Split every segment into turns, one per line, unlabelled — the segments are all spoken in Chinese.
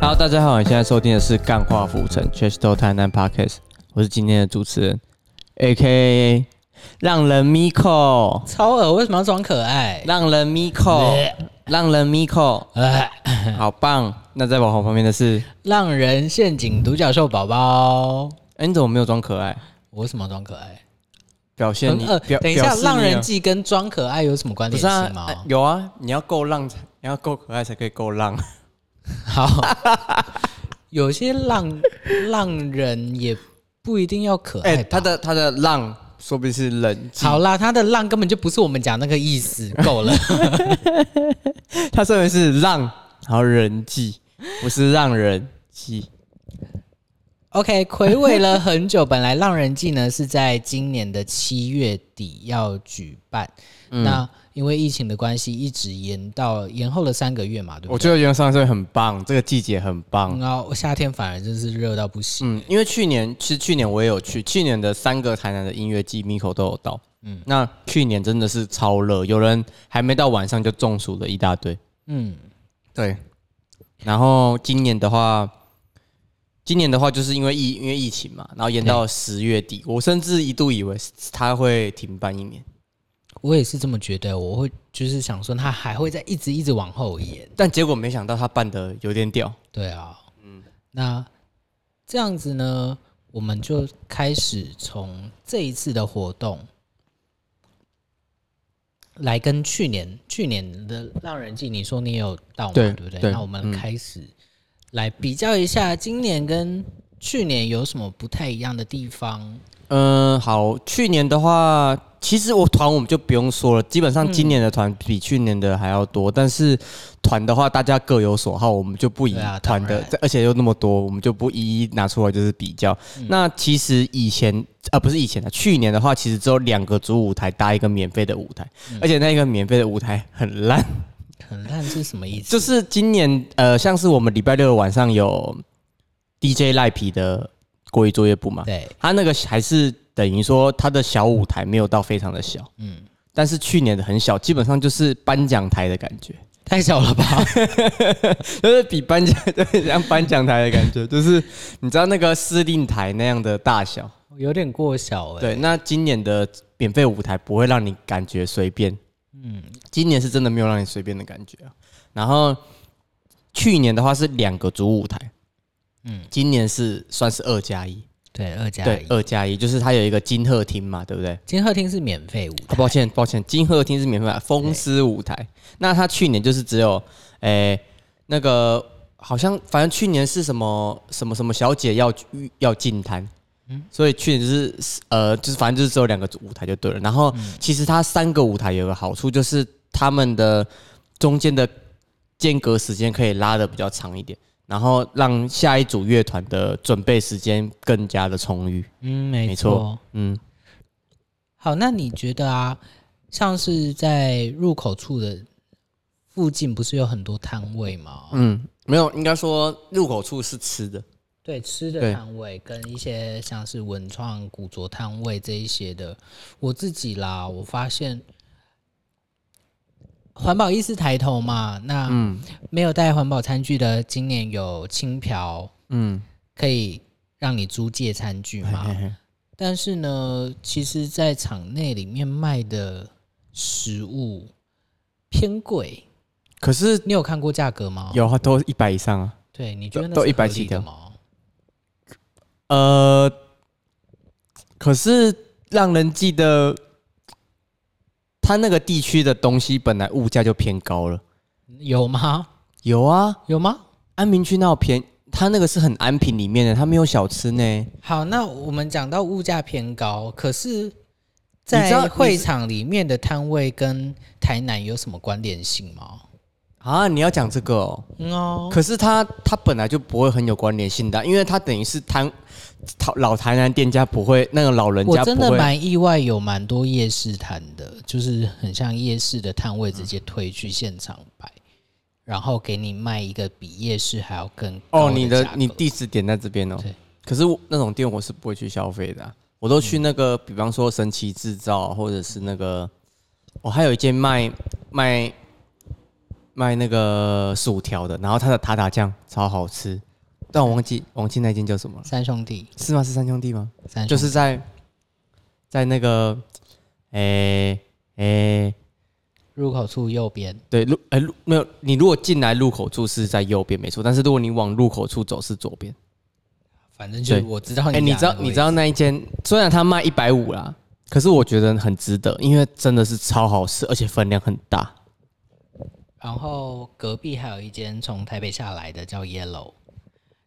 大家好，你现在收听的是《干话浮沉 t r a s h Talk 台南 Podcast》，我是今天的主持人，A.K.A. 让人 Miko，
超恶，为什么要装可爱？
让人 Miko，让人 Miko，好
呃
棒！那在我旁边的是，
让人陷阱独角兽宝宝，
哎、你怎么没有装可爱？
我为什么要装可爱？
表现
很
你
恶，
表
呃等一下
表，示
让
你
人
有
记跟装可爱有什么关
不
联
是啊
性、
哎
吗？
有啊，你要够浪才，你要够可爱才可以够 浪。
好， 有些让让人也不一定要可
哎、
爱吧。
他的他的浪说不定是冷静，
好啦，他的浪根本就不是我们讲那个意思，够了。
他说的是浪，然后人际，不是让人际。
OK，暌违了很久，本来浪人祭呢是在今年的七月底要举办，
嗯
那因为疫情的关系，一直延到延后了三个月嘛，对不
我
对？
觉得原上岁很棒，这个季节很棒。
然后夏天反而真是热到不行，
嗯，因为去年其实去年我也有去，去年的三个台南的音乐季，Miko 都有到。嗯，那去年真的是超热，有人还没到晚上就中暑了一大堆。
嗯，
对，然后今年的话，今年的话就是因为疫因为疫情嘛，然后延到十月底，我甚至一度以为它会停办一年，
我也是这么觉得，我会就是想说它还会再一直一直往后延，
但结果没想到它办的有点屌。
对啊，嗯，那这样子呢，我们就开始从这一次的活动来跟去年去年的浪人祭，你说你也有到嘛，
对
对不对？
对
那我们
嗯
开始来比较一下今年跟去年有什么不太一样的地方。
嗯，好，去年的话，其实我团我们就不用说了，基本上今年的团比去年的还要多，但是团的话，大家各有所好，我们就不以
对啊当
团的，
然
而且又那么多，我们就不一一拿出来就是比较。那其实以前啊、不是以前的，去年的话，其实只有两个主舞台搭一个免费的舞台，而且那个免费的舞台很烂，
很烂是什么意思？
就是今年呃，像是我们礼拜六的晚上有 DJ 赖皮的国语作业部嘛，
对，
他那个还是等于说他的小舞台没有到非常的小，嗯，但是去年的很小，基本上就是颁奖台的感觉，
太小了吧？
就是比颁奖就是像颁奖台的 感觉，就是你知道那个司令台那样的大小。
有点过小哎、
对，那今年的免费舞台不会让你感觉随便，嗯，今年是真的没有让你随便的感觉啊。然后去年的话是两个主舞台，嗯，今年是算是二加一，
对，二加
对
一，。
二加一就是它有一个金鹤厅嘛，对不对？
金鹤厅是免费舞
啊，
台，
抱歉，抱歉，金鹤厅是免费的，风狮舞台。那他去年就是只有，诶、那个好像反正去年是什么什么什么小姐要要进摊，所以去年就是呃，就是反正就是只有两个舞台就对了。然后其实它三个舞台有个好处就是他们的中间的间隔时间可以拉的比较长一点，然后让下一组乐团的准备时间更加的充裕。
嗯，没
没错嗯，
好，那你觉得啊，像是在入口处的附近，不是有很多摊位吗？
嗯，没有，应该说入口处是吃的。
对，吃的
对
摊位跟一些像是文创、古着摊位这一些的，我自己啦，我发现环保意识抬头嘛，那
嗯
没有带环保餐具的，今年有轻瓢
嗯，
可以让你租借餐具嘛？但是呢，其实，在场内里面卖的食物偏贵，
可是
你有看过价格吗？，
有啊，都一百以上啊。
对，你觉得那
都
是
100
合理
起跳
的吗？
呃，可是让人记得，他那个地区的东西本来物价就偏高了。
有吗？
有啊，
有吗？
安平区那有便，他那个是很安平里面的，他没有小吃呢。
好，那我们讲到物价偏高，可是，
你知道
在
你
会场里面的摊位跟台南有什么关联性吗？
啊，你要讲这个哦？
嗯哦，
可是他他本来就不会很有关联性的啊，因为他等于是摊老台南店家不会，那个老人
我
家不
真的
会。
蛮意外，有蛮多夜市摊的，就是很像夜市的摊位直
嗯
接推去现场摆，然后给你卖一个比夜市还要更高
哦，你
的
的
价格
你地址点在这边哦
对。
可是我那种店我是不会去消费的啊、我都
嗯
去那个，比方说神奇制造，或者是那个，我、还有一间卖卖卖那个薯条的，然后它的塔塔酱超好吃，但我忘记王庆那间叫什么了，
三兄弟，
是吗？是三兄弟吗？
三兄弟
就是在在那个，诶、诶、
入口处右边，
对路，哎、路没有，你如果进来入口处是在右边没错，但是如果你往入口处走是左边。
反正就是
对
我知道
哎、
你、
你知道你知道，那一间虽然它卖一百五啦，可是我觉得很值得，因为真的是超好吃，而且分量很大。
然后隔壁还有一间从台北下来的叫 Yellow，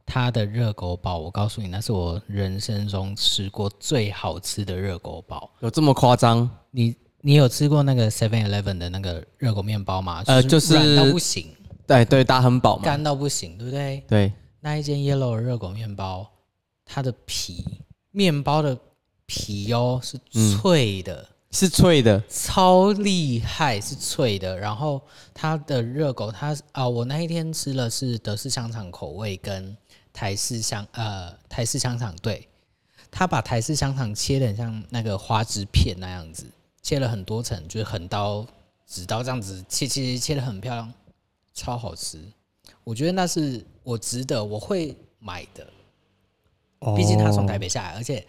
它的热狗堡，我告诉你，那是我人生中吃过最好吃的热狗堡。
有这么夸张？
你你有吃过那个 Seven Eleven 的那个热狗面包吗？
呃就是嗯
软到不行，
对哎对，大亨堡嘛，
干到不行，对不对？
对，
那一间 Yellow 的热狗面包，它的皮面包的皮哦是
嗯
脆的。
是脆的，
超厉害，是脆的。然后它的热狗，它啊，我那一天吃了是德式香肠口味跟台式香呃台式香肠，对，他把台式香肠切的很像那个花枝片那样子，切了很多层，就是横刀直刀这样子切切切切的很漂亮，超好吃。我觉得那是我值得我会买的，哦毕竟他从台北下来，而且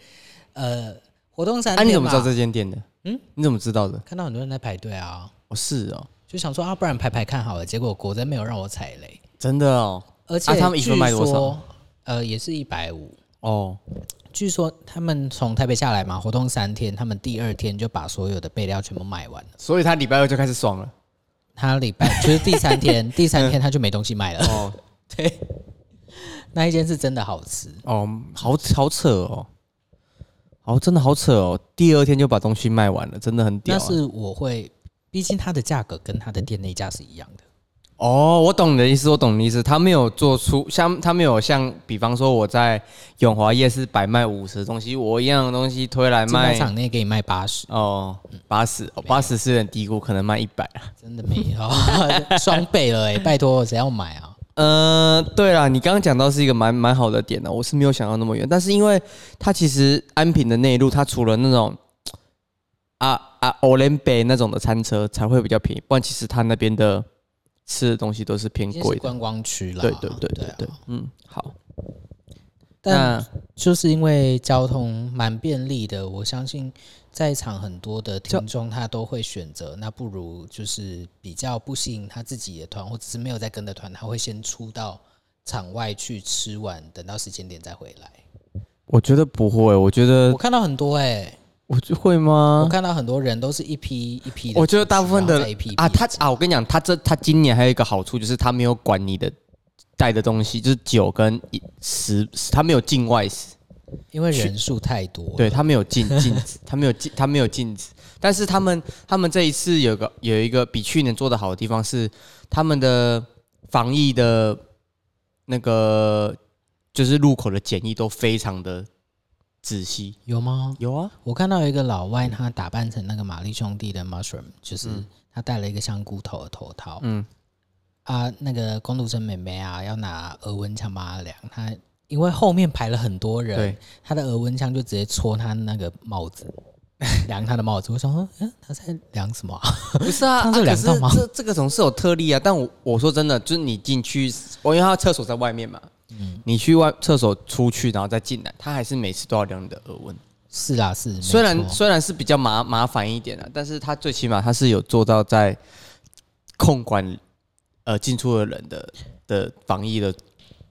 呃活动三
哎、啊，
天
你怎么
嘛
知道这间店的？
嗯
嗯，你怎么知道的？
看到很多人在排队啊。
哦，是哦，
就想说啊，不然排排看好了。结果果真没有让我踩雷，
真的哦，
而且、
啊他们一份卖多少？
呃，也是一百五。
哦，
据说他们从台北下来嘛，活动三天，他们第二天就把所有的备料全部卖完了。
所以他礼拜二就开始爽了。
他 礼拜就是第三天，第三天他就没东西卖了。
哦
那一间是真的好吃，
哦，好好扯哦，好真的好扯哦，第二天就把东西卖完了，真的很屌、
那
啊。
是我会，毕竟它的价格跟它的店内价是一样的。
哦，我懂你的意思，我懂你的意思。他没有做出像他没有像，比方说我在永华夜市摆卖五十的东西，我一样的东西推来
竞卖
卖
场内给你卖八十，
哦八十，八十是有点低估，可能卖一百啊。
真的没有 双倍了哎、拜托，谁要买啊？
呃，对了，你刚刚讲到是一个蛮蛮好的点的，我是没有想到那么远，但是因为它其实安平的内陆，它除了那种啊啊欧联北那种的餐车才会比较便宜，不然其实它那边的吃的东西都是偏
已 经
贵的。
是观光区了，
对对对对
啊
对，嗯，好。
但
那
就是因为交通蛮便利的，我相信在场很多的听众他都会选择，那不如就是比较不吸引他自己的团，或者是没有在跟的团，他会先出到场外去吃完，等到时间点再回来。
我觉得不会，我觉得
我看到很多哎、
我就会
我
吗？
看到很多人都是一批一批的出去，
我觉得大部分
然后
的
再一批一批
啊，他
的
啊，我跟你讲，他这他今年还有一个好处就是他没有管你的带的东西，就是酒跟饮食，他没有境外食，
因为人数太多了，
对他没有禁禁止，他没有禁他没有禁止。但是他们他们这一次有个有一个比去年做的好的地方是他们的防疫的那个就是入口的检疫都非常的仔细。
有吗？
有啊，
我看到有一个老外，他打扮成那个玛丽兄弟的
嗯
mushroom，就是他戴了一个香菇头的头套。嗯，啊，那个工读生妹妹啊，要拿额温枪帮他量。他因为后面排了很多人
对，
他的额温枪就直接戳他那个帽子， 量他的帽子。我想说，嗯、他在量什么啊、
不是啊，
上
啊
次
可
量
是
到吗
这这个总是有特例啊。但我我说真的，就是你进去，我因为他厕所在外面嘛，
嗯
你去外厕所出去，然后再进来，他还是每次都要量你的耳温。
是啦，是。没
虽然
错
虽然是比较麻麻烦一点啊，但是他最起码他是有做到在控管呃进出的人的的防疫的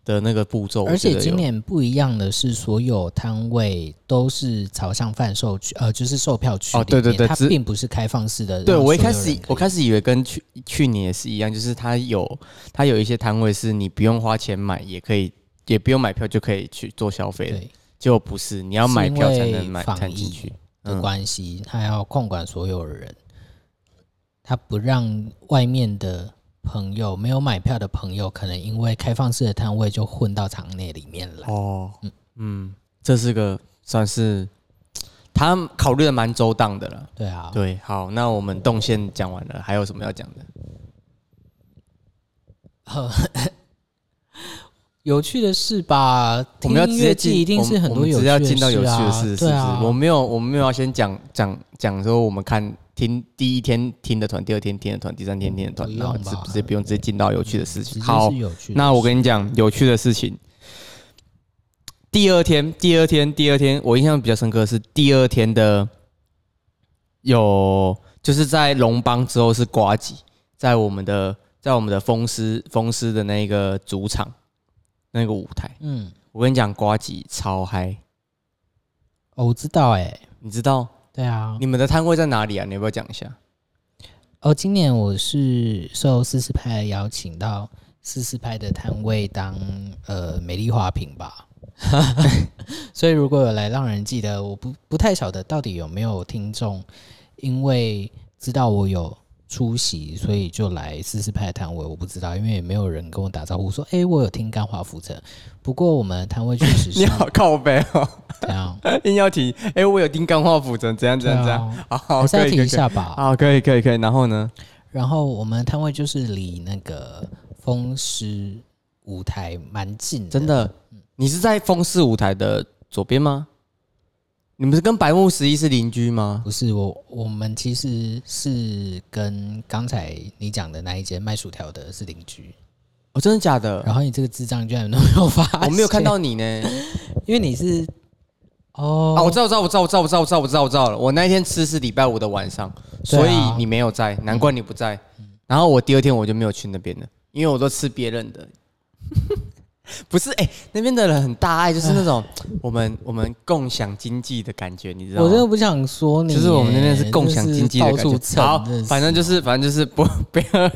的那个步骤。
而
我觉
且
得有
今年不一样的是，所有摊位都是朝向贩售区，呃，就是售票区里面。
哦对对对
它
只
并不是开放式的让所
对
有人可
我
以。
一开始我开始以为跟去去年也是一样，就是它有它有一些摊位是你不用花钱买也可以，也不用买票就可以去做消费的
对。
结果不是，你要买票才能买
是因为
才
防
能进
疫
去。
的关系，他要控管所有人，他不让外面的朋友没有买票的朋友，可能因为开放式的摊位就混到场内里面来。
哦，嗯，这是个算是他考虑的蛮周到的了。
对啊，
对，好，那我们动线讲完了，还有什么要讲的？
有趣的事吧？
我们要直
听音
接
乐季
进，
一定是很
我
多
们
有
直接要
趣的事啊，
进到有趣的事，是不
对
是？
啊，
我没有，我没有要先讲讲讲说我们看听第一天听的团，第二天听的团，第三天听的团
不，用
然后
吧
直直接不用直接进到有趣的事
直接
情。好
是，有趣的事。
那我跟你讲有趣的事情，第二天，第二天，第二天，我印象比较深刻的是第二天的有，就是在龙邦之后是瓜吉，在我们的在我们的风狮风狮的那个主场那个舞台，
嗯，
我跟你讲，瓜吉超嗨，
哦，我知道哎、
你知道
对啊，
你们的摊位在哪里啊？你要不要讲一下？
哦，今年我是受四四拍的邀请到四四拍的摊位当呃美丽花瓶吧， 所以如果有来浪人记得，我不不太晓得到底有没有听众因为知道我有出席，所以就来四四拍的摊位，我不知道，因为也没有人跟我打招呼说，诶，我有听干华浮城，不过我们的摊位确 实
你
是
好靠背哦，
这样，
硬要提，哎、我有听钢化辅怎怎样怎样怎样，
对啊
好好
还是
可
要
以
提
可
一
以可以
下吧。
好可以可以可以，然后呢？
然后我们摊位就是离那个风狮舞台蛮近的，
真的，你是在风势舞台的左边吗？你们是跟白木十一是邻居吗？
不是我，我们其实是跟刚才你讲的那一间卖薯条的是邻居。
哦，真的假的？
然后你这个智障居然都没有发，
我没有看，到你呢。
因为你是哦，
啊，我知道，我知道，我知道，我知道，我知道，我知道，我知道，我知道了。我那一天吃是礼拜五的晚上，
啊
所以你没有在，难怪你不在。然后我第二天我就没有去那边了，因为我都吃别人的。 不是，哎、那边的人很大爱，就是那种我们我们共享经济的感觉，你知道吗？
我真的不想说你耶，
就是我们那边是共享经济的
真
感
是到处
觉。好
蹭，真的，
反正就是反正就是不 不要，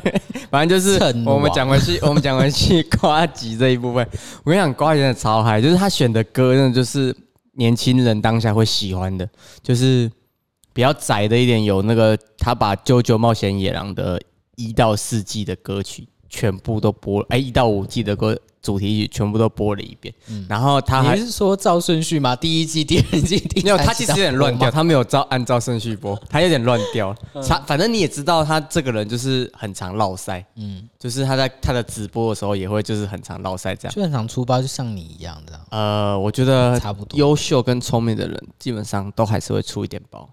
反正就是
蹭
我们
网
讲回去，我们讲回 去瓜吉这一部分。我跟你讲，瓜吉真的超嗨，就是他选的歌真的就是年轻人当下会喜欢的，就是比较窄的一点，有那个他把《啾啾冒险野狼》的一到四季的歌曲全部都播了，哎，一到五季的歌主题曲全部都播了一遍，然后他还
嗯你是说照顺序吗？第一季、第二季、 第
没有，他
三
其
季
实有点乱掉，他没有照按照顺序播，他有点乱掉。他反正你也知道，他这个人就是很常落塞，嗯，就是他在他的直播的时候也会就是很常落塞这样。
就很常出包，就像你一样这样，
呃，我觉得
差不多。
优秀跟聪明的人基本上都还是会出一点包。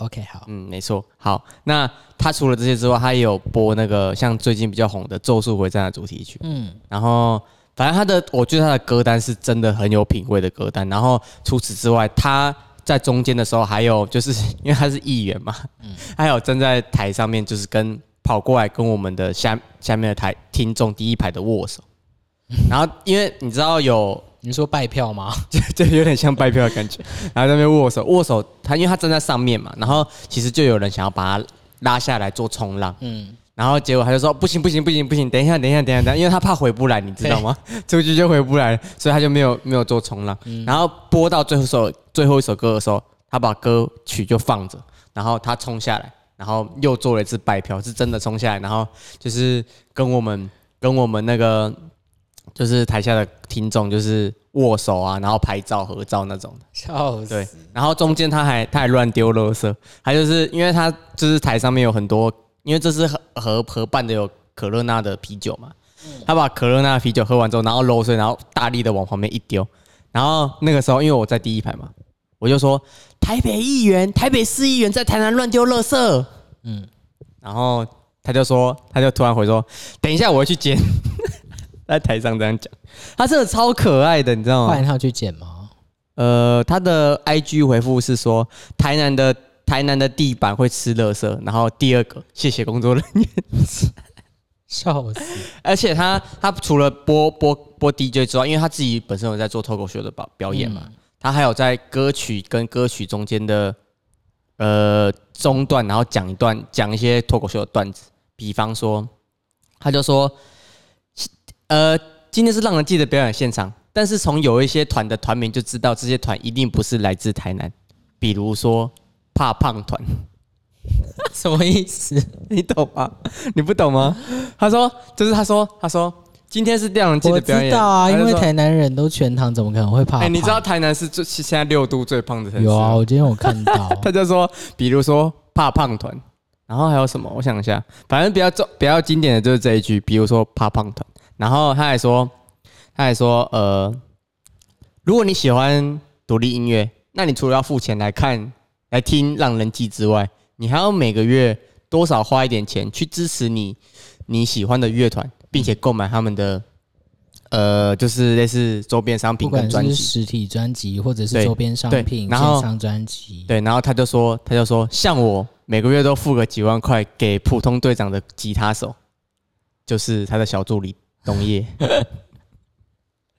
OK，好，
嗯，没错。好，那他除了这些之外，他也有播那个像最近比较红的《咒术回战》的主题曲。
嗯，
然后反正他的，我觉得他的歌单是真的很有品味的歌单。然后除此之外，他在中间的时候还有就是 因为他是议员嘛，还有站在台上面就是跟跑过来跟我们的下下面的台听众第一排的握手。然后因为你知道有
你说拜票吗？
就 有点像拜票的感觉。然后在那边握手，握手，他因为他站在上面嘛，然后其实就有人想要把他拉下来做冲浪，嗯，然后结果他就说不行不行不行不行，等一下等一下等一下等一下，因为他怕回不来，你知道吗？ 出去就回不来了，所以他就没有没有做冲浪。然后播到最后一首最后一首歌的时候，他把歌曲就放着，然后他冲下来。然后又做了一次拜票，是真的冲下来，然后就是跟我们跟我们那个就是台下的听众就是握手啊，然后拍照合照那种的。
笑死！
对，然后中间他还他还乱丢垃圾，他就是因为他就是台上面有很多，因为这是合合合办的有可乐那的啤酒嘛，他把可乐那的啤酒喝完之后，然后揉碎，然后大力的往旁边一丢，然后那个时候因为我在第一排嘛，我就说台北议员、台北市议员在台南乱丢垃圾，嗯，然后他就说，他就突然回说，等一下我会去捡， 在台上这样讲，他真的超可爱的，你知道
后
吗
来？他有去剪吗？
呃，他的 IG 回复是说，台南的台南的地板会吃垃圾，然后第二个，谢谢工作人员。
笑死！
而且他他除了播播播 DJ 之外，因为他自己本身有在做脱口秀的表表演嘛，他还有在歌曲跟歌曲中间的呃中段，然后讲一段讲一些脱口秀的段子，比方说，他就说，呃，今天是让人记得表演现场，但是从有一些团的团名就知道，这些团一定不是来自台南，比如说怕胖团。
什么意思？
你懂吗？你不懂吗？他说，就是他说，他说今天是吊人机
我
的表演，
知道啊，
他就
因为
说
台南人都全糖，怎么可能会怕？
哎、你知道台南是最现在六度最胖的城市
有啊？
吗，
我今天有看 到
他就说，比如说怕胖团，然后还有什么？我想一下，反正比较重、比较经典的就是这一句，比如说怕胖团，然后他还说，他还说，呃，如果你喜欢独立音乐，那你除了要付钱来看、来听《让人记》之外，你还要每个月多少花一点钱去支持你你喜欢的乐团，并且购买他们的呃，就是类似周边商
不
品跟
管
专
是
辑，
实体专辑或者是
对
周边商
对
品、线
然后
上专辑，
对，然后他就说，他就说，像我每个月都付个几万块给普通队长的吉他手，就是他的小助理冬叶。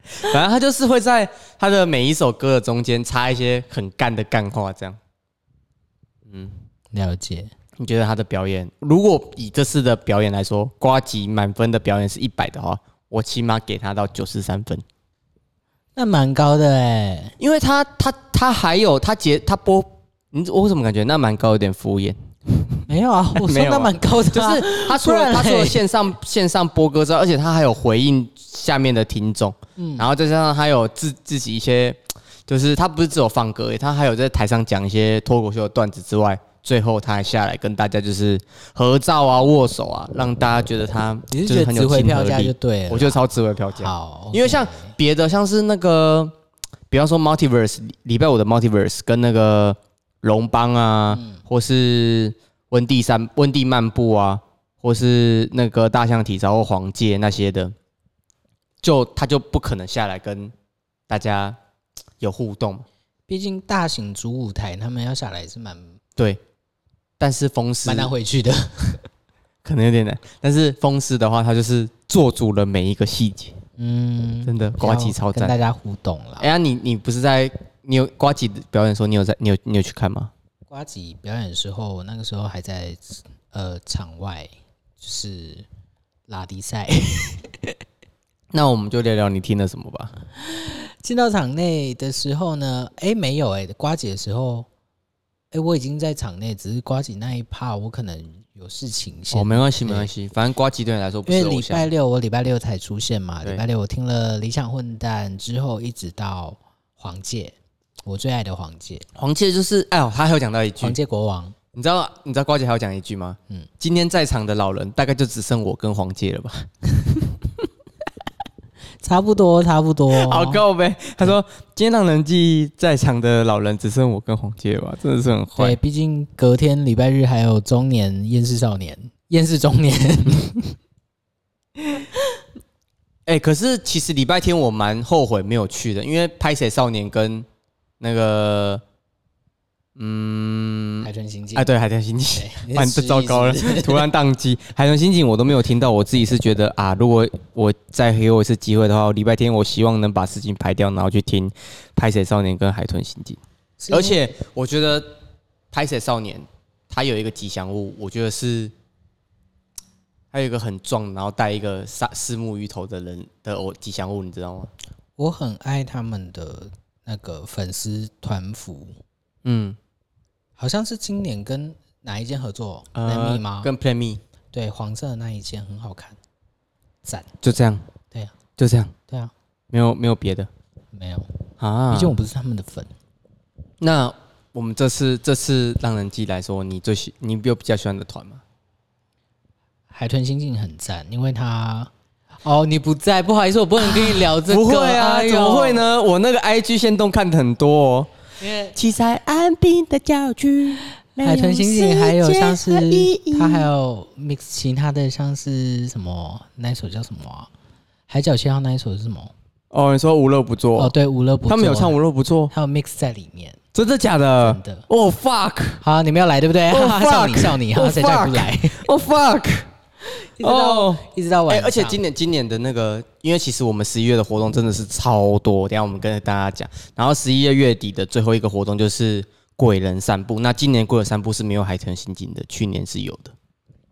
反正他就是会在他的每一首歌的中间插一些很干的干话，这样。
了解。
你觉得他的表演，如果以这次的表演来说，瓜吉满分的表演是一百的话，我起码给他到九十三分。
那蛮高的哎、
因为他他他还有他结他播，你我为什么感觉那蛮高有点敷衍？
没有啊，我说
没有啊
那蛮高的、
就
啊，
是他除
不
了
然
他除
嘞
了线上线上播歌之外，而且他还有回应下面的听众，
嗯
然后再加上他有自自己一些，就是他不是只有放歌而已，他还有在台上讲一些脱口秀的段子之外，最后他还下来跟大家就是合照啊、握手啊，让大家觉得他
你
就是
觉得
很
值
有
回
亲
票
和
价就
力。
对了。
我觉得超值回票价。
好，
因为像别的，像是那个，比方说 Multiverse 礼礼拜五的 Multiverse 跟那个龙邦啊，
嗯
或是温蒂三温蒂漫步啊，或是那个大象体操或黄界那些的，就他就不可能下来跟大家有互动嘛。
毕竟大型主舞台他们要下来也是蛮
对，但是风狮
蛮难回去的。
可能有点难，但是风狮的话，他就是做足了每一个细节，
嗯，
真的呱唧超
跟
赞
大。家互动啦
哎。呀，你你不是在你有瓜吉的表演的时候，你有在你有你有去看吗？
瓜吉表演的时候，那个时候还在呃场外，就是拉迪赛。
那我们就聊聊你听了什么吧。
进到场内的时候呢，哎、没有哎、瓜姐的时候，哎、我已经在场内，只是瓜姐那一趴我可能有事情先。
哦，没关系，
对
没关系，反正瓜吉对你来说不
因
是
为
偶
礼
像。
拜六我礼拜六才出现嘛，
对
礼拜六我听了《理想混蛋》之后，一直到黄界，我最爱的黄界，
黄杰就是，哎呦，他还有讲到一句
黄，界国王。
你知道你知道瓜吉还有讲一句吗？嗯，今天在场的老人大概就只剩我跟黄杰了吧？
差不多，差不多。
好够呗。他说今天让人记在场的老人只剩我跟黄杰了吧，真的是很
对，
坏。
毕竟隔天礼拜日还有中年厌世少年、厌世中年。
哎、可是其实礼拜天我蛮后悔没有去的，因为拍谁少年跟那个，嗯，
海豚刑警
哎，，对，海天心情。
你
蛮
是
糟糕了
失忆是不是，
突然宕机。海豚心情我都没有听到，我自己是觉得啊，如果我再给我一次机会的话，礼拜天我希望能把事情排掉，然后去听《拍谁少年》跟《海豚心境》。
是因为
而且我觉得《拍谁少年》它有一个吉祥物，我觉得是还有一个很壮，然后戴一个杀四目鱼头的人的偶吉祥物，你知道吗？
我很爱他们的那个粉丝团服，
嗯，
好像是今年跟哪一间合作？南
呃
米吗？
跟 Play Me
对，黄色的那一件很好看，赞。
就这样，
对啊，
就这样，
对啊，
没有没有别的
没有，
啊。
毕竟我不是他们的粉。
那我们这次这次浪人季来说，你最喜你有比较喜欢的团吗？
海豚心境很赞，因为他哦，你不在，不好意思，我不能跟你聊这个。
不会啊，
哎呦
怎么会？呢？我那个 IG 线动看的很多哦。
因为
骑在安平的郊区，
海豚刑警还有像是
没世界和意义
他还有 mix 其他的像是什么那一首叫什么啊、海角七号那一首是什么？
哦，你说无乐不作，
哦，对，无乐不
他们有
作
唱无乐不作，
还有 mix 在里面。
真的假的？
真的
哦、fuck，
好，你们要来对不对？
Oh,
哈哈 笑你
fuck.
笑你，哈，
Oh,
谁叫你不来？
哦、fuck，
一直到
哦
一直到晚
哎、
上，
而且今年今年的那个，因为其实我们十一月的活动真的是超多，等一下我们跟大家讲。然后十一月月底的最后一个活动就是鬼人散步，那今年鬼人散步是没有海豚刑警的，去年是有的。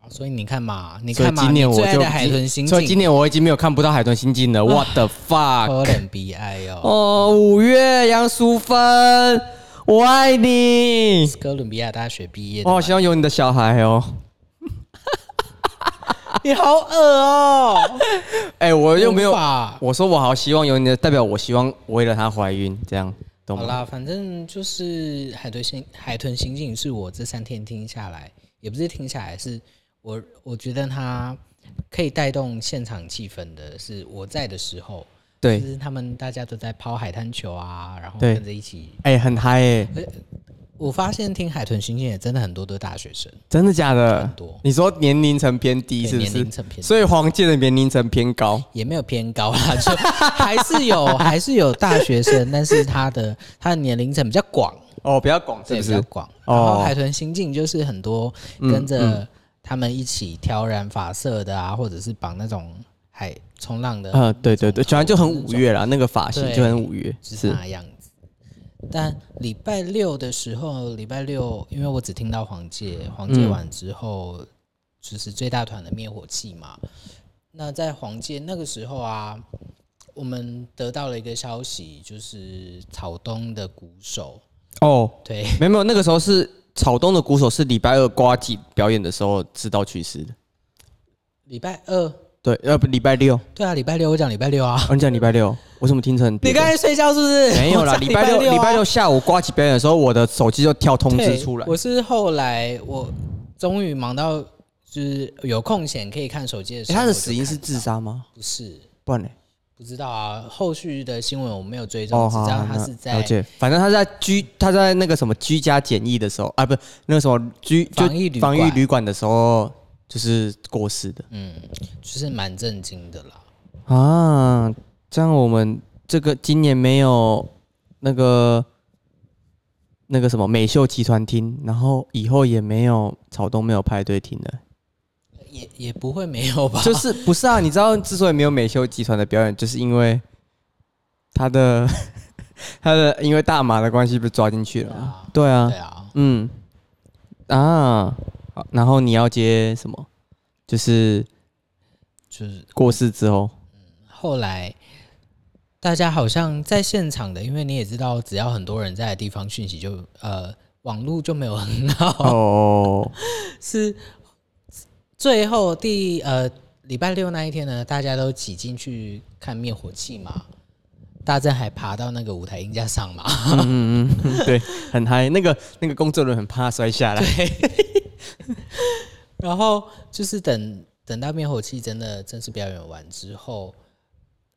所以你看嘛，你
所以
看嘛，
今年
你
我
最爱
就
的海豚啊刑
所以今
警，
年我已经没有看不到海豚刑警了。What the fuck！
可怜悲哀哦。
哦，五月杨淑芬，我爱你。
哥伦比亚大学毕业的
我好
嘛，
希望有你的哦小孩哦。
你好恶哦！
哎、我又没有
无，法
我说我好希望有你的，代表我希望我为了她怀孕，这样懂
好
吗？
啦，反正就是海豚刑海豚刑警是我这三天听下来，也不是听下来，是我我觉得它可以带动现场气氛的，是我在的时候，
对
就，是他们大家都在抛海滩球啊，然后
对
跟着一起
哎、很嗨哎、
我发现听海豚刑警也真的很多都是大学生，
真的假的
很多？
你说年龄层偏低
对
是不
年
是
龄？层偏低
所以黄健的年龄层偏高，
也没有偏高啦，就还是有还是有大学生，但是他的他的年龄层比较广，
哦，比较广是
对，
不
比
是
较？广。
哦嗯
然后海豚刑警就是很多跟着他们一起挑染发色的啊，或者是绑那种海冲浪的，
呃，对对对，反正就很五月啦，那个发型
对
就很五月，
是啊
是
那样子。但礼拜六的时候，礼拜六因为我只听到黄玠，黄玠完之后、就是最大团的灭火器嘛。那在黄玠那个时候啊，我们得到了一个消息，就是草东的鼓手，
哦，
对，
没有没有，那个时候是草东的鼓手是礼拜二瓜季表演的时候知道去世的，
礼拜二，
对，呃不礼拜六，
对啊，礼拜六我讲礼拜六啊，
哦你讲礼拜六，我怎么听成别
你
的？
刚才睡觉是不是？
没有啦，
我讲
礼拜六
六啊
礼拜六下午瓜季表演的时候，我的手机就跳通知出来
对，我是后来我终于忙到就是有空闲可以看手机的时
诶
候，
他的
我就
死因
看
是自杀吗？
不是
不然呢？
不知道啊，后续的新闻我没有追
哦，
踪，只
好，
知道
好
他
那
是
了
在
解，反正他在居他在那个什么居家检疫的时候啊，不，那个什么居就
防疫旅
防疫
馆
旅馆的时候就是过世的
嗯，就是蛮震惊的啦。
啊。这样我们这个今年没有那个那个什么美秀集团厅，然后以后也没有草东没有派对厅了。
也也不会没有吧？
就是不是 啊？你知道，之所以没有美秀集团的表演，就是因为他的 他的因为大麻的关系被抓进去了嘛。对啊
对，啊，
嗯啊，好然后你要接什么？就是
就是
过世之 后，
后来大家好像在现场的，因为你也知道，只要很多人在的地方，讯息就呃网络就没有很好，
哦，
是最后第呃礼拜六那一天呢，大家都挤进去看灭火器嘛。大正还爬到那个舞台音架上嘛，
嗯嗯嗯，对，很嗨。那个那个工作人员很怕摔下来，
然后就是等等到灭火器真的正式表演完之后，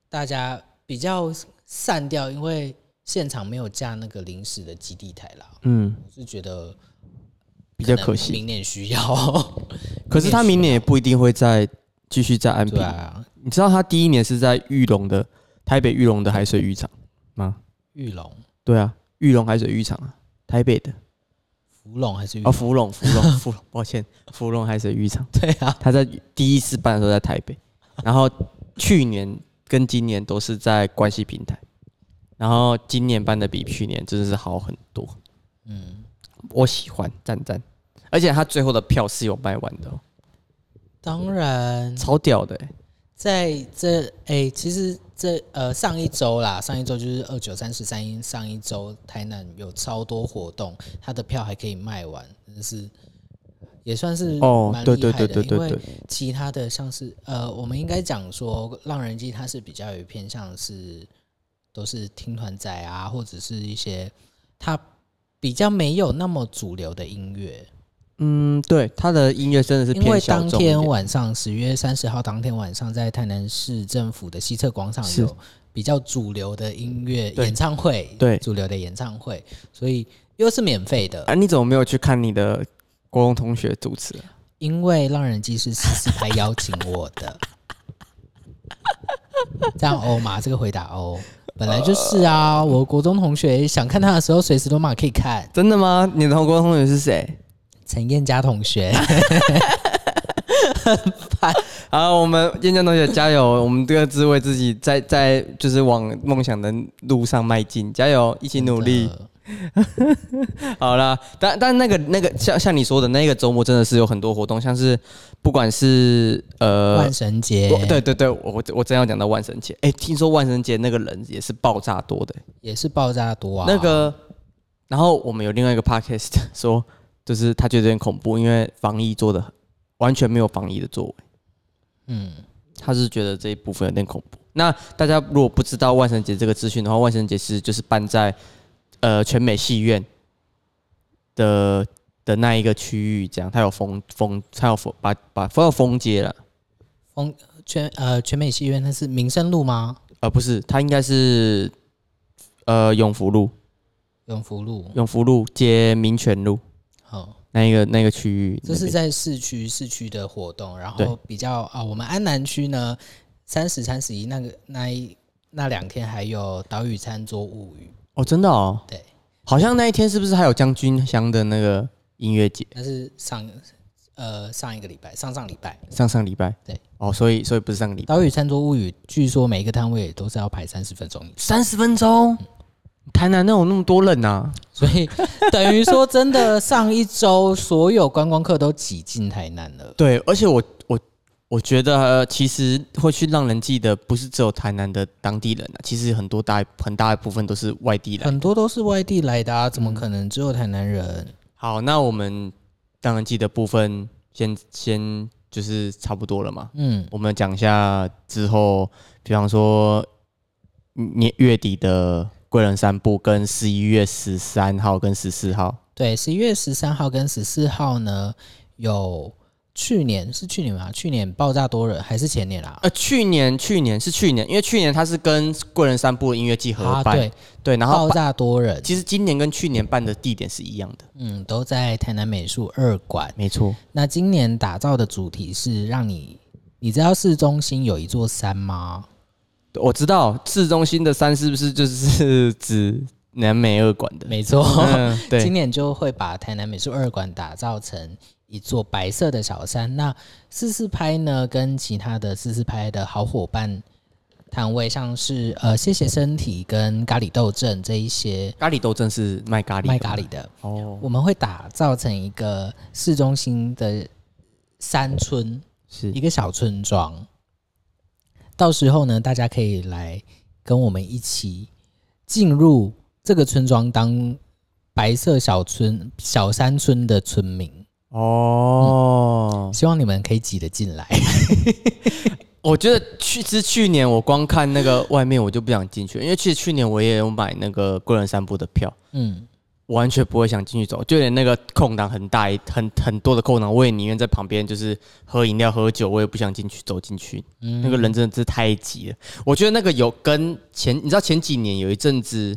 大家比较散掉，因为现场没有架那个临时的基地台啦，
嗯，
我是觉得
比较
能
可惜。
明年需要，
可是他明年也不一定会再继续在安平
对。啊，
你知道他第一年是在玉龙的台北玉龙的海水浴场吗？
玉龙、
对啊，玉龙海水浴场啊，台北的
芙蓉还是玉
哦，
龙？
芙蓉，芙 蓉，芙蓉， 抱歉，芙蓉海水浴场。
对啊，
他在第一次办的时候在台北，然后去年跟今年都是在关系平台，然后今年办的比去年真的是好很多。
嗯，
我喜欢赞赞，而且他最后的票是有卖完的哦、
当然，
超屌的欸、
在这哎、其实这呃上一周啦，上一周就是二九三十三一，上一周台南有超多活动，它的票还可以卖完，真的是也算是
哦
嗯蛮，
对
厉
对
害
对
的。
对
因
对
为
对，
其他的像是呃，我们应该讲说《浪人记》，它是比较有偏向是都是听团仔啊，或者是一些它比较没有那么主流的音乐。
嗯，对，他的音乐真的是
因为
偏小
当
众一点。
天晚上，十月三十号当天晚上，在台南市政府的西侧广场
是
有比较主流的音乐
对
演唱会，
对
主流的演唱会，所以又是免费的，
啊，你怎么没有去看你的国中同学主持啊？
因为浪人技师是四拍邀请我的。这样欧嘛，这个回答欧，本来就是啊，我国中同学想看他的时候，随时都嘛可以看。
真的吗？你的国中同学是谁？
陈燕佳 同学，
好，我们燕江同学加油！ 我们各自为自己在在就是往梦想的路上迈进，加油，一起努力
真。的
好啦，但但那个那个像像你说的那个周末真的是有很多活动，像是不管是呃
万，神节
我对对对，我我我真要讲到万圣节，哎、听说万圣节那个人也是爆炸多的、
也是爆炸多啊，
那个，然后我们有另外一个 podcast 说，就是他觉得有点恐怖，因为防疫做的完全没有防疫的作为。
嗯，
他是觉得这一部分有点恐怖。那大家如果不知道万圣节这个资讯的话，万圣节其实就是办在呃全美戏院的的那一个区域，这样它有封封，它有封把把它有封街了，
风全呃全美戏院，它是民生路吗？
呃不是，它应该是呃永福路，
永福路，
永福路接民权路
好，
那一个那个区嗯域那
这
边，
是在市区市区的活动，然后
对
比较啊、我们安南区呢，三十、三十一那个那一那两天还有岛屿餐桌物语，
哦，真的哦，
对，
好像那一天是不是还有将军乡的那个音乐节？
那是上呃上一个礼拜，上上礼拜
上上礼拜，
对，
哦，所以所以不是上个礼拜，
岛屿餐桌物语，据说每一个摊位也都是要排三十分钟以上，
三十分钟，台南那有那么多人啊呐、
所以 等于说真的上一周所有观光客都挤进台南了。
对，而且我我我觉得、呃其实会去让人记得，不是只有台南的当地人啊，其实很多大很大一部分都是外地人。
很多都是外地来的啊，怎么可能只有台南人？
好，那我们当然记的部分先先就是差不多了嘛。
嗯，
我们讲一下之后，比方说年月底的贵人散步，跟十一月十三号跟十四号，
对，十一月十三号跟十四号呢，有去年是去年吗？去年爆炸多人还是前年啦？
呃，去年去年是去年，因为去年它是跟贵人散步的音乐季合
啊，
办，
对，
对哦然后
爆
办
炸多人，
其实今年跟去年办的地点是一样的，
嗯，都在台南美术二馆。
没错，
那今年打造的主题是让你，你知道市中心有一座山吗？
我知道市中心的山是不是就是指南美二馆的？
没错，
嗯，
今
对，
年就会把台南美术二馆打造成一座白色的小山。那四四拍呢，跟其他的四四拍的好伙伴摊位，像是呃谢谢身体跟咖喱豆阵这一些
咖喱豆正是卖咖喱的
卖咖喱的，
哦，
我们会打造成一个市中心的山村，
是
一个小村庄。到时候呢，大家可以来跟我们一起进入这个村庄当白色小村小山村的村民。
哦，
希望你们可以挤得进来。
我觉得去是去年我光看那个外面我就不想进去，因为其实去年我也有买那个贵人散步的票，
嗯，
完全不会想进去走，就连那个空档很大一很很多的空档，我也宁愿在旁边就是喝饮料喝酒，我也不想进去走进去。那个人真的是太挤了，我觉得那个有跟前你知道前几年有一阵子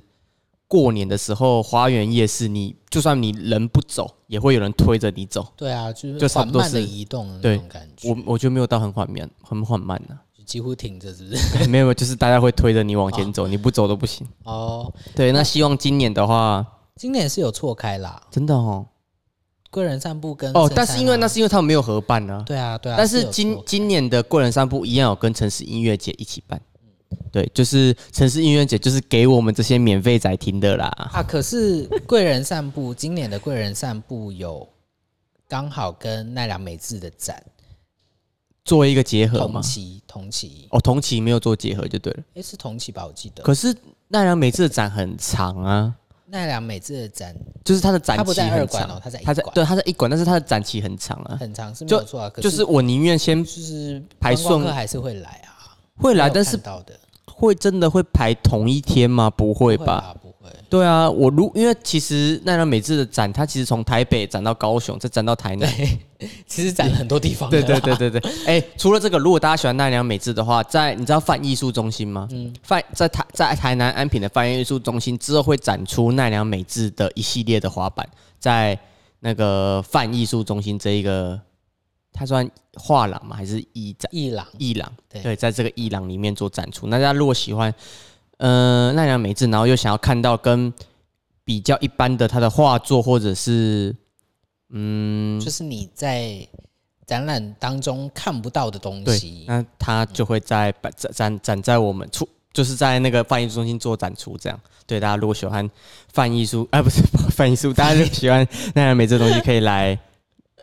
过年的时候，花园夜市你就算你人不走，也会有人推着你走。
对啊，就是
就差
缓
不多
慢的
是
移动的那
对
种感觉，
我我觉得没有到很缓慢，很缓慢啊呢、
就几乎停着，是不是？
没有，就是大家会推着你往前走，你不走都不行。
哦，
对，那希望今年的话，
今年是有错开啦，
真的哦，
贵人散步跟
哦，
圣
但
山
是因为
啊
那是因为他们没有合办啊。
对啊对啊，
但是
有
今
错
今年的贵人散步一样有跟城市音乐节一起办，对，就是城市音乐节就是给我们这些免费仔听的啦。
啊，可是贵人散步 今年的贵人散步有刚好跟奈良美智的展
做一个结合嘛
同。期同期，
哦，同期没有做结合就对了。
诶，是同期吧？我记得
可是奈良美智的展很长啊，
奈良美智的展
就是它的展
它不
期
在二
很
馆
长，
哦，它在一
它在
馆，
对它在一馆，但是它的展期很长啊。
很长是没
就
有错啊，可
就是我宁愿先
就是
排
观光
顺
客还是会来啊，
会来，
没有
但是
看到的。
会真的会排同一天吗？不会
不
吧？？
不会，
对啊，我如因为其实奈良美智的展，它其实从台北展到高雄，再展到台南。
其实展了很多地方。
对对，对对对， 哎、除了这个，如果大家喜欢奈良美智的话，在你知道泛艺术中心吗？嗯，泛在台在台南安平的泛艺术中心之后会展出奈良美智的一系列的滑板，在那个泛艺术中心这一个，它算画廊吗？还是艺展？
伊朗
艺廊，
对
对，在这个艺廊里面做展出。那大家如果喜欢，呃，奈良美智，然后又想要看到跟比较一般的他的画作，或者是嗯，
就是你在展览当中看不到的东
对
西，。
那他就会在摆展展展在我们出，就是在那个泛艺术中心做展出，这样。对大家如果喜欢泛艺术， 啊，不是泛艺术，大家如果喜欢奈良美智的东西，可以来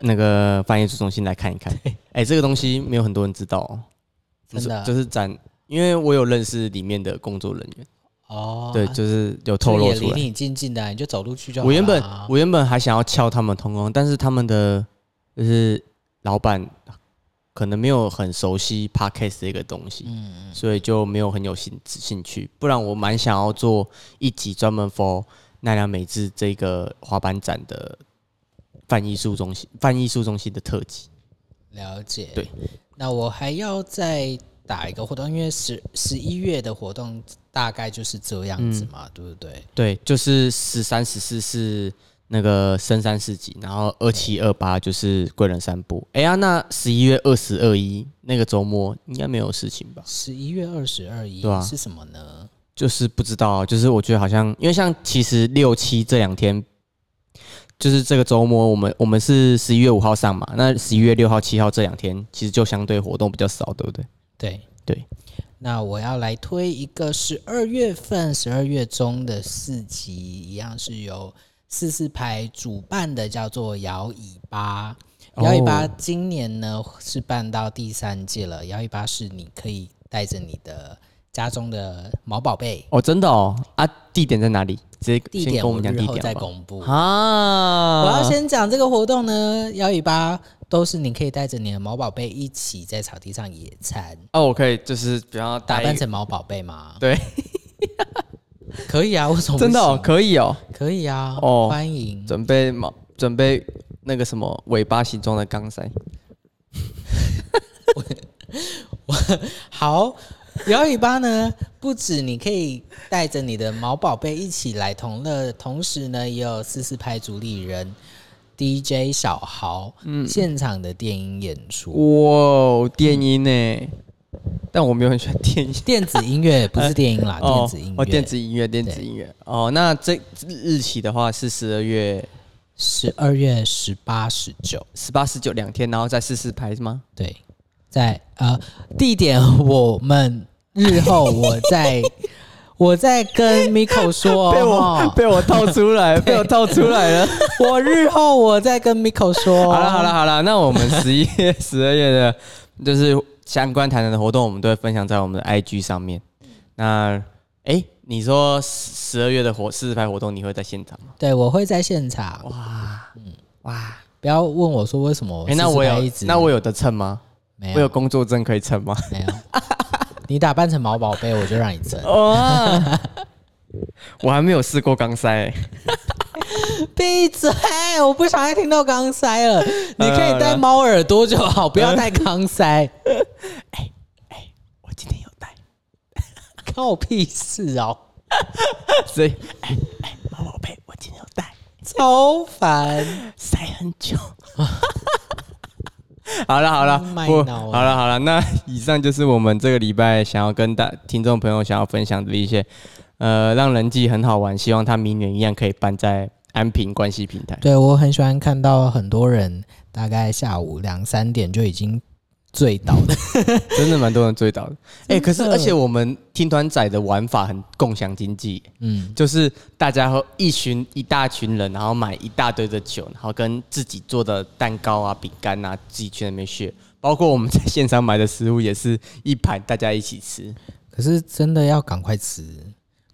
那个泛艺术中心来看一看。哎、这个东西没有很多人知道、哦，
真的啊
就是就是展。因为我有认识里面的工作人员，
哦，
对，
啊
就是有透露
就
出
也离
来。
你近近的啊，你就走路去就好啦。
我原本我原本还想要敲他们通工，但是他们的就是老板可能没有很熟悉 podcast 这个东西，
嗯
所以就没有很有兴兴趣。不然我蛮想要做一集专门 for 奈良美智这个滑板展的泛艺术中心泛艺术中心的特辑。
了解。
对，
那我还要再打一个活动，因为十十一月的活动大概就是这样
嗯
子嘛，对不对？
对，就是十三、十四是那个深山市集，然后二七、二八就是贵人散步。哎呀，那十一月二十二一那个周末应该没有事情吧？
十一月二十二一
对啊
是什么呢？
就是不知道啊，就是我觉得好像，因为像其实六七这两天，就是这个周末我们我们是十一月五号上嘛，那十一月六号、七号这两天其实就相对活动比较少，对不对？
对
对。
那我要来推一个十二月份、十二月中的四集，一样是由四四牌主办的，叫做摇尾巴。
哦
摇尾巴今年呢是办到第三届了。摇尾巴是你可以带着你的家中的毛宝贝，
哦，真的哦啊，地点在哪里？直接
地
先
点
跟我们讲
日
地
后
点
再
好不好
公布。
啊！
我要先讲这个活动呢，摇尾巴都是你可以带着你的毛宝贝一起在草地上野餐，
哦，我可以就是比较
打
打
扮成毛宝贝吗？
对，
可以啊，为什么不
哎真的、哦、
行
可以哦，
可以啊，
哦
欢迎。
准备毛准备那个什么尾巴形状的钢塞，
好，摇尾巴呢，不止你可以带着你的毛宝贝一起来同乐，同时呢，也有四四拍主理人 DJ 小豪、
嗯
现场的电音演出，
哇，电音呢？但我没有很喜欢电音。
电子音乐不是电音啦，电子音
哦，
乐，
电子音乐，电子音乐。哦，那这日期的话是十二月
十二月十八、十九，
十八、十九两天，然后再试试拍是吗？
对，在呃地点，我们日后我再我再 跟 Miko 说、哦，
被我
哈
被我套出来，被我套出来了。
我日后我再跟 Miko 说。哦
好了好了，好了，那 我们十一月、十二月的，就是相关谈谈的活动，我们都会分享在我们的 IG 上面。那哎、诶你说十二月的活四十拍活动，你会在现场吗？
对，我会在现场。
哇，嗯，哇，
不要问我说为什么我
哎、那我
四十拍
有
一直
那我有得蹭吗？
没
我有
有
工作证可以蹭 吗？
没有，你打扮成毛宝贝，我就让你成。
哇，我还没有试过钢塞、欸。
闭嘴！我不想再听到钢塞了。你可以
呃
戴猫耳朵就好，不要戴钢塞，
我今天有带，
关我屁事哦，
所以哎哎，毛宝贝，我今天有带，
超烦。
塞很久。 好了好了，
卖
不
脑啊
好了好了，那以上就是我们这个礼拜想要跟大听众朋友想要分享的一些，呃，让人际很好玩，希望他明年一样可以办在安平关系平台。
对我很喜欢看到很多人大概下午两三点就已经醉倒的。
真的蛮多人追到 的。哎、可是
真的
而且我们听团仔的玩法很共享经济，
嗯，
就是大家和一群一大群人，然后买一大堆的酒，然后跟自己做的蛋糕啊、饼干啊，自己去那边 share。包括我们在现场买的食物也是一盘，大家一起吃。
可是真的要赶快吃，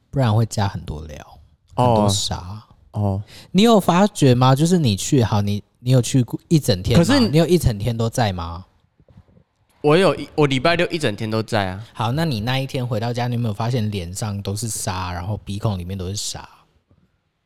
不然会加很多料，很多
哦
沙。
哦，
你有发觉吗？就是你去好，你你有去过一整天吗，
可是
你有一整天都在吗？
我有一我礼拜六一整天都在啊。
好，那你那一天回到家，你有没有发现脸上都是沙，然后鼻孔里面都是沙？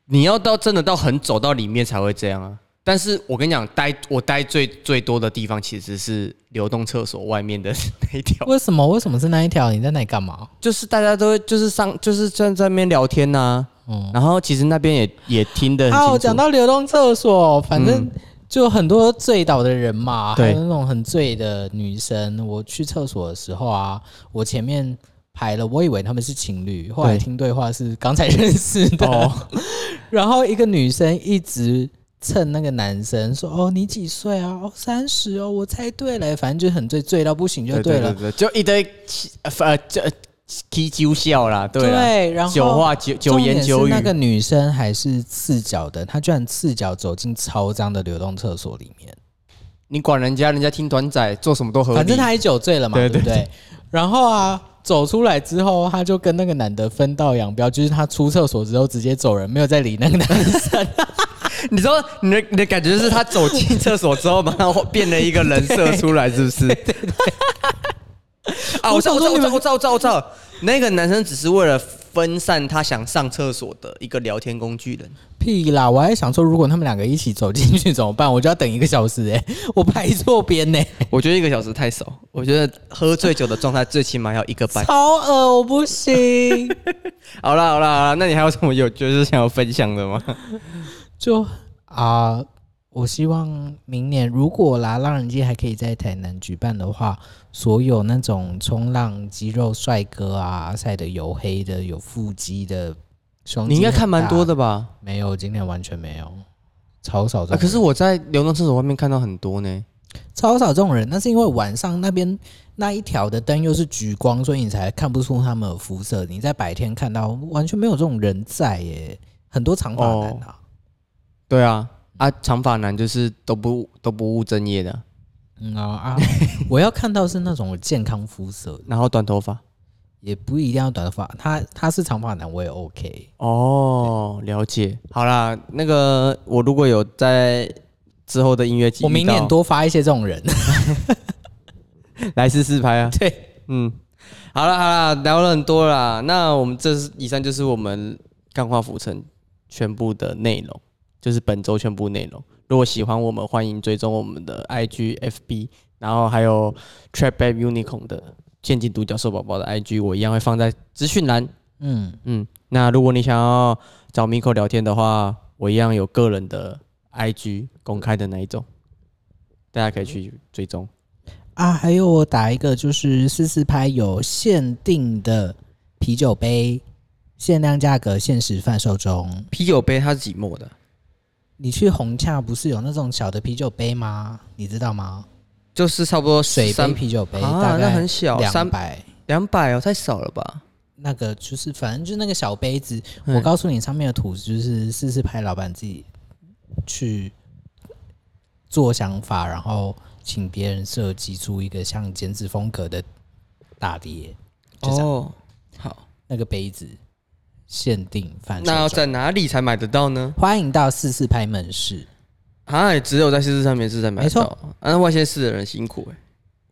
你要到真的到很走到里面才会这样啊。但是我跟你讲，待我待最最多的地方其实是流动厕所外面的 那一条
为什么？为什么是那一条？你在那里干嘛？
就是大家都会就是上就是站在那边聊天呐、
嗯，
然后其实那边也也听得很清
啊，
楚。
我讲到流动厕所，反正
嗯
就很多醉倒的人嘛，还
对
有那种很醉的女生。我去厕所的时候啊，我前面排了，我以为他们是情侣，后来
对
听对话是刚才认识的。
哦，
然后一个女生一直蹭那个男生说：“哦，你几岁啊？哦，三十哦，我猜对了。”反正就很醉，醉到不行就
对
对
对
了
对。对，就一堆呃这踢酒笑啦，对啦，
然后
酒话酒酒
重点
言
是
酒语
那，个女生还是赤脚的，她居然赤脚走进超脏的流动厕所里面。
你管人家，人家听团仔做什么都合理。
反正她也酒醉了嘛，
对
不对？然后啊，走出来之后，她就跟那个男的分道扬镳，就是她出厕所之后直接走人，没有再理那个男的。
你知道你的你的感觉就是他走进厕所之后，马 上变了一个人设出来，是不是？啊，我知道，我知道，我知道，我知道，我知道，那个男生只是为了分散他想上厕所的一个聊天工具人。
屁啦！我还想说，如果他们两个一起走进去怎么办？我就要等一个小时哎、我排错边呢、欸
我觉得一个小时太少，我觉 得喝醉酒的状态最起码要一个半。
超恶，我不行。
好啦好啦好啦，那你还有什么有就是想要分享的吗？
就啊、我希望明年如果啦，浪人季还可以在台南举办的话，所有那种冲浪肌肉帅哥啊，晒得黝黑的、有腹肌的，胸
你应该
肌很
看蛮
大
多。的吧？
没有，今天完全没有，超少这
啊，
种人、
可是我在流动厕所外面看到很多呢。
超少这种人，那是因为晚上那边那一条的灯又是橘光，所以你才看不出他们有肤色。你在白天看到完全没有这种人在耶，很多长发男
哦
啊。
对啊，啊，长发男就是都不都不务正业的，
嗯 啊啊！我要看到是那种有健康肤色的，
然后短头发。
也不一定要短发。他他是长发男，我也 OK。
哦，了解。好啦，那个我如果有在之后的音乐季遇到，
我明年多发一些这种人。
来试试拍啊。
对，
嗯，好了好了，聊了很多啦。那我们这是以上就是我们钢化浮城全部的内容，就是本周全部内容。如果喜欢我们，欢迎追踪我们的 IG、FB，然后还有 Trap Babe Unicorn 的现金独角兽宝宝的 IG，我一样会放在资讯栏。
嗯，
嗯，那如果你想要找 Miko 聊天的话，我一样有个人的 IG 公开的那一种，大家可以去追踪。
啊，还有我打一个就是四四拍有限定的啤酒杯，限量价格，限时贩售中。
啤酒杯它是几墨的？
你去红洽不是有那种小的啤酒杯吗？你知道吗？
就是差不多
水杯
三
啤酒杯，
啊
大，
那
概
很小，
两
三
百。
两百哦，太少了吧？
那个就是，反正就是那个小杯子，
嗯
我告诉你，上面的图就是四四拍老板自己去做想法，然后请别人设计出一个像剪纸风格的大碟，就这样。
哦，好，
那个杯子限定贩
那要
售中，
在哪里才买得到呢？
欢迎到四四拍门市。
啊，只有在四市上面是才买得到，啊那外县市的人辛苦哎、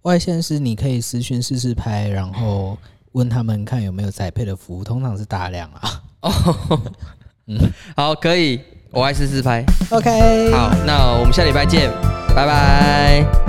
外线是你可以私讯试试拍，然后问他们看有没有宅配的服务，通常是大量啊。
哦，好，可以，我爱四四拍。
OK，
好，那我们下礼拜见，拜拜。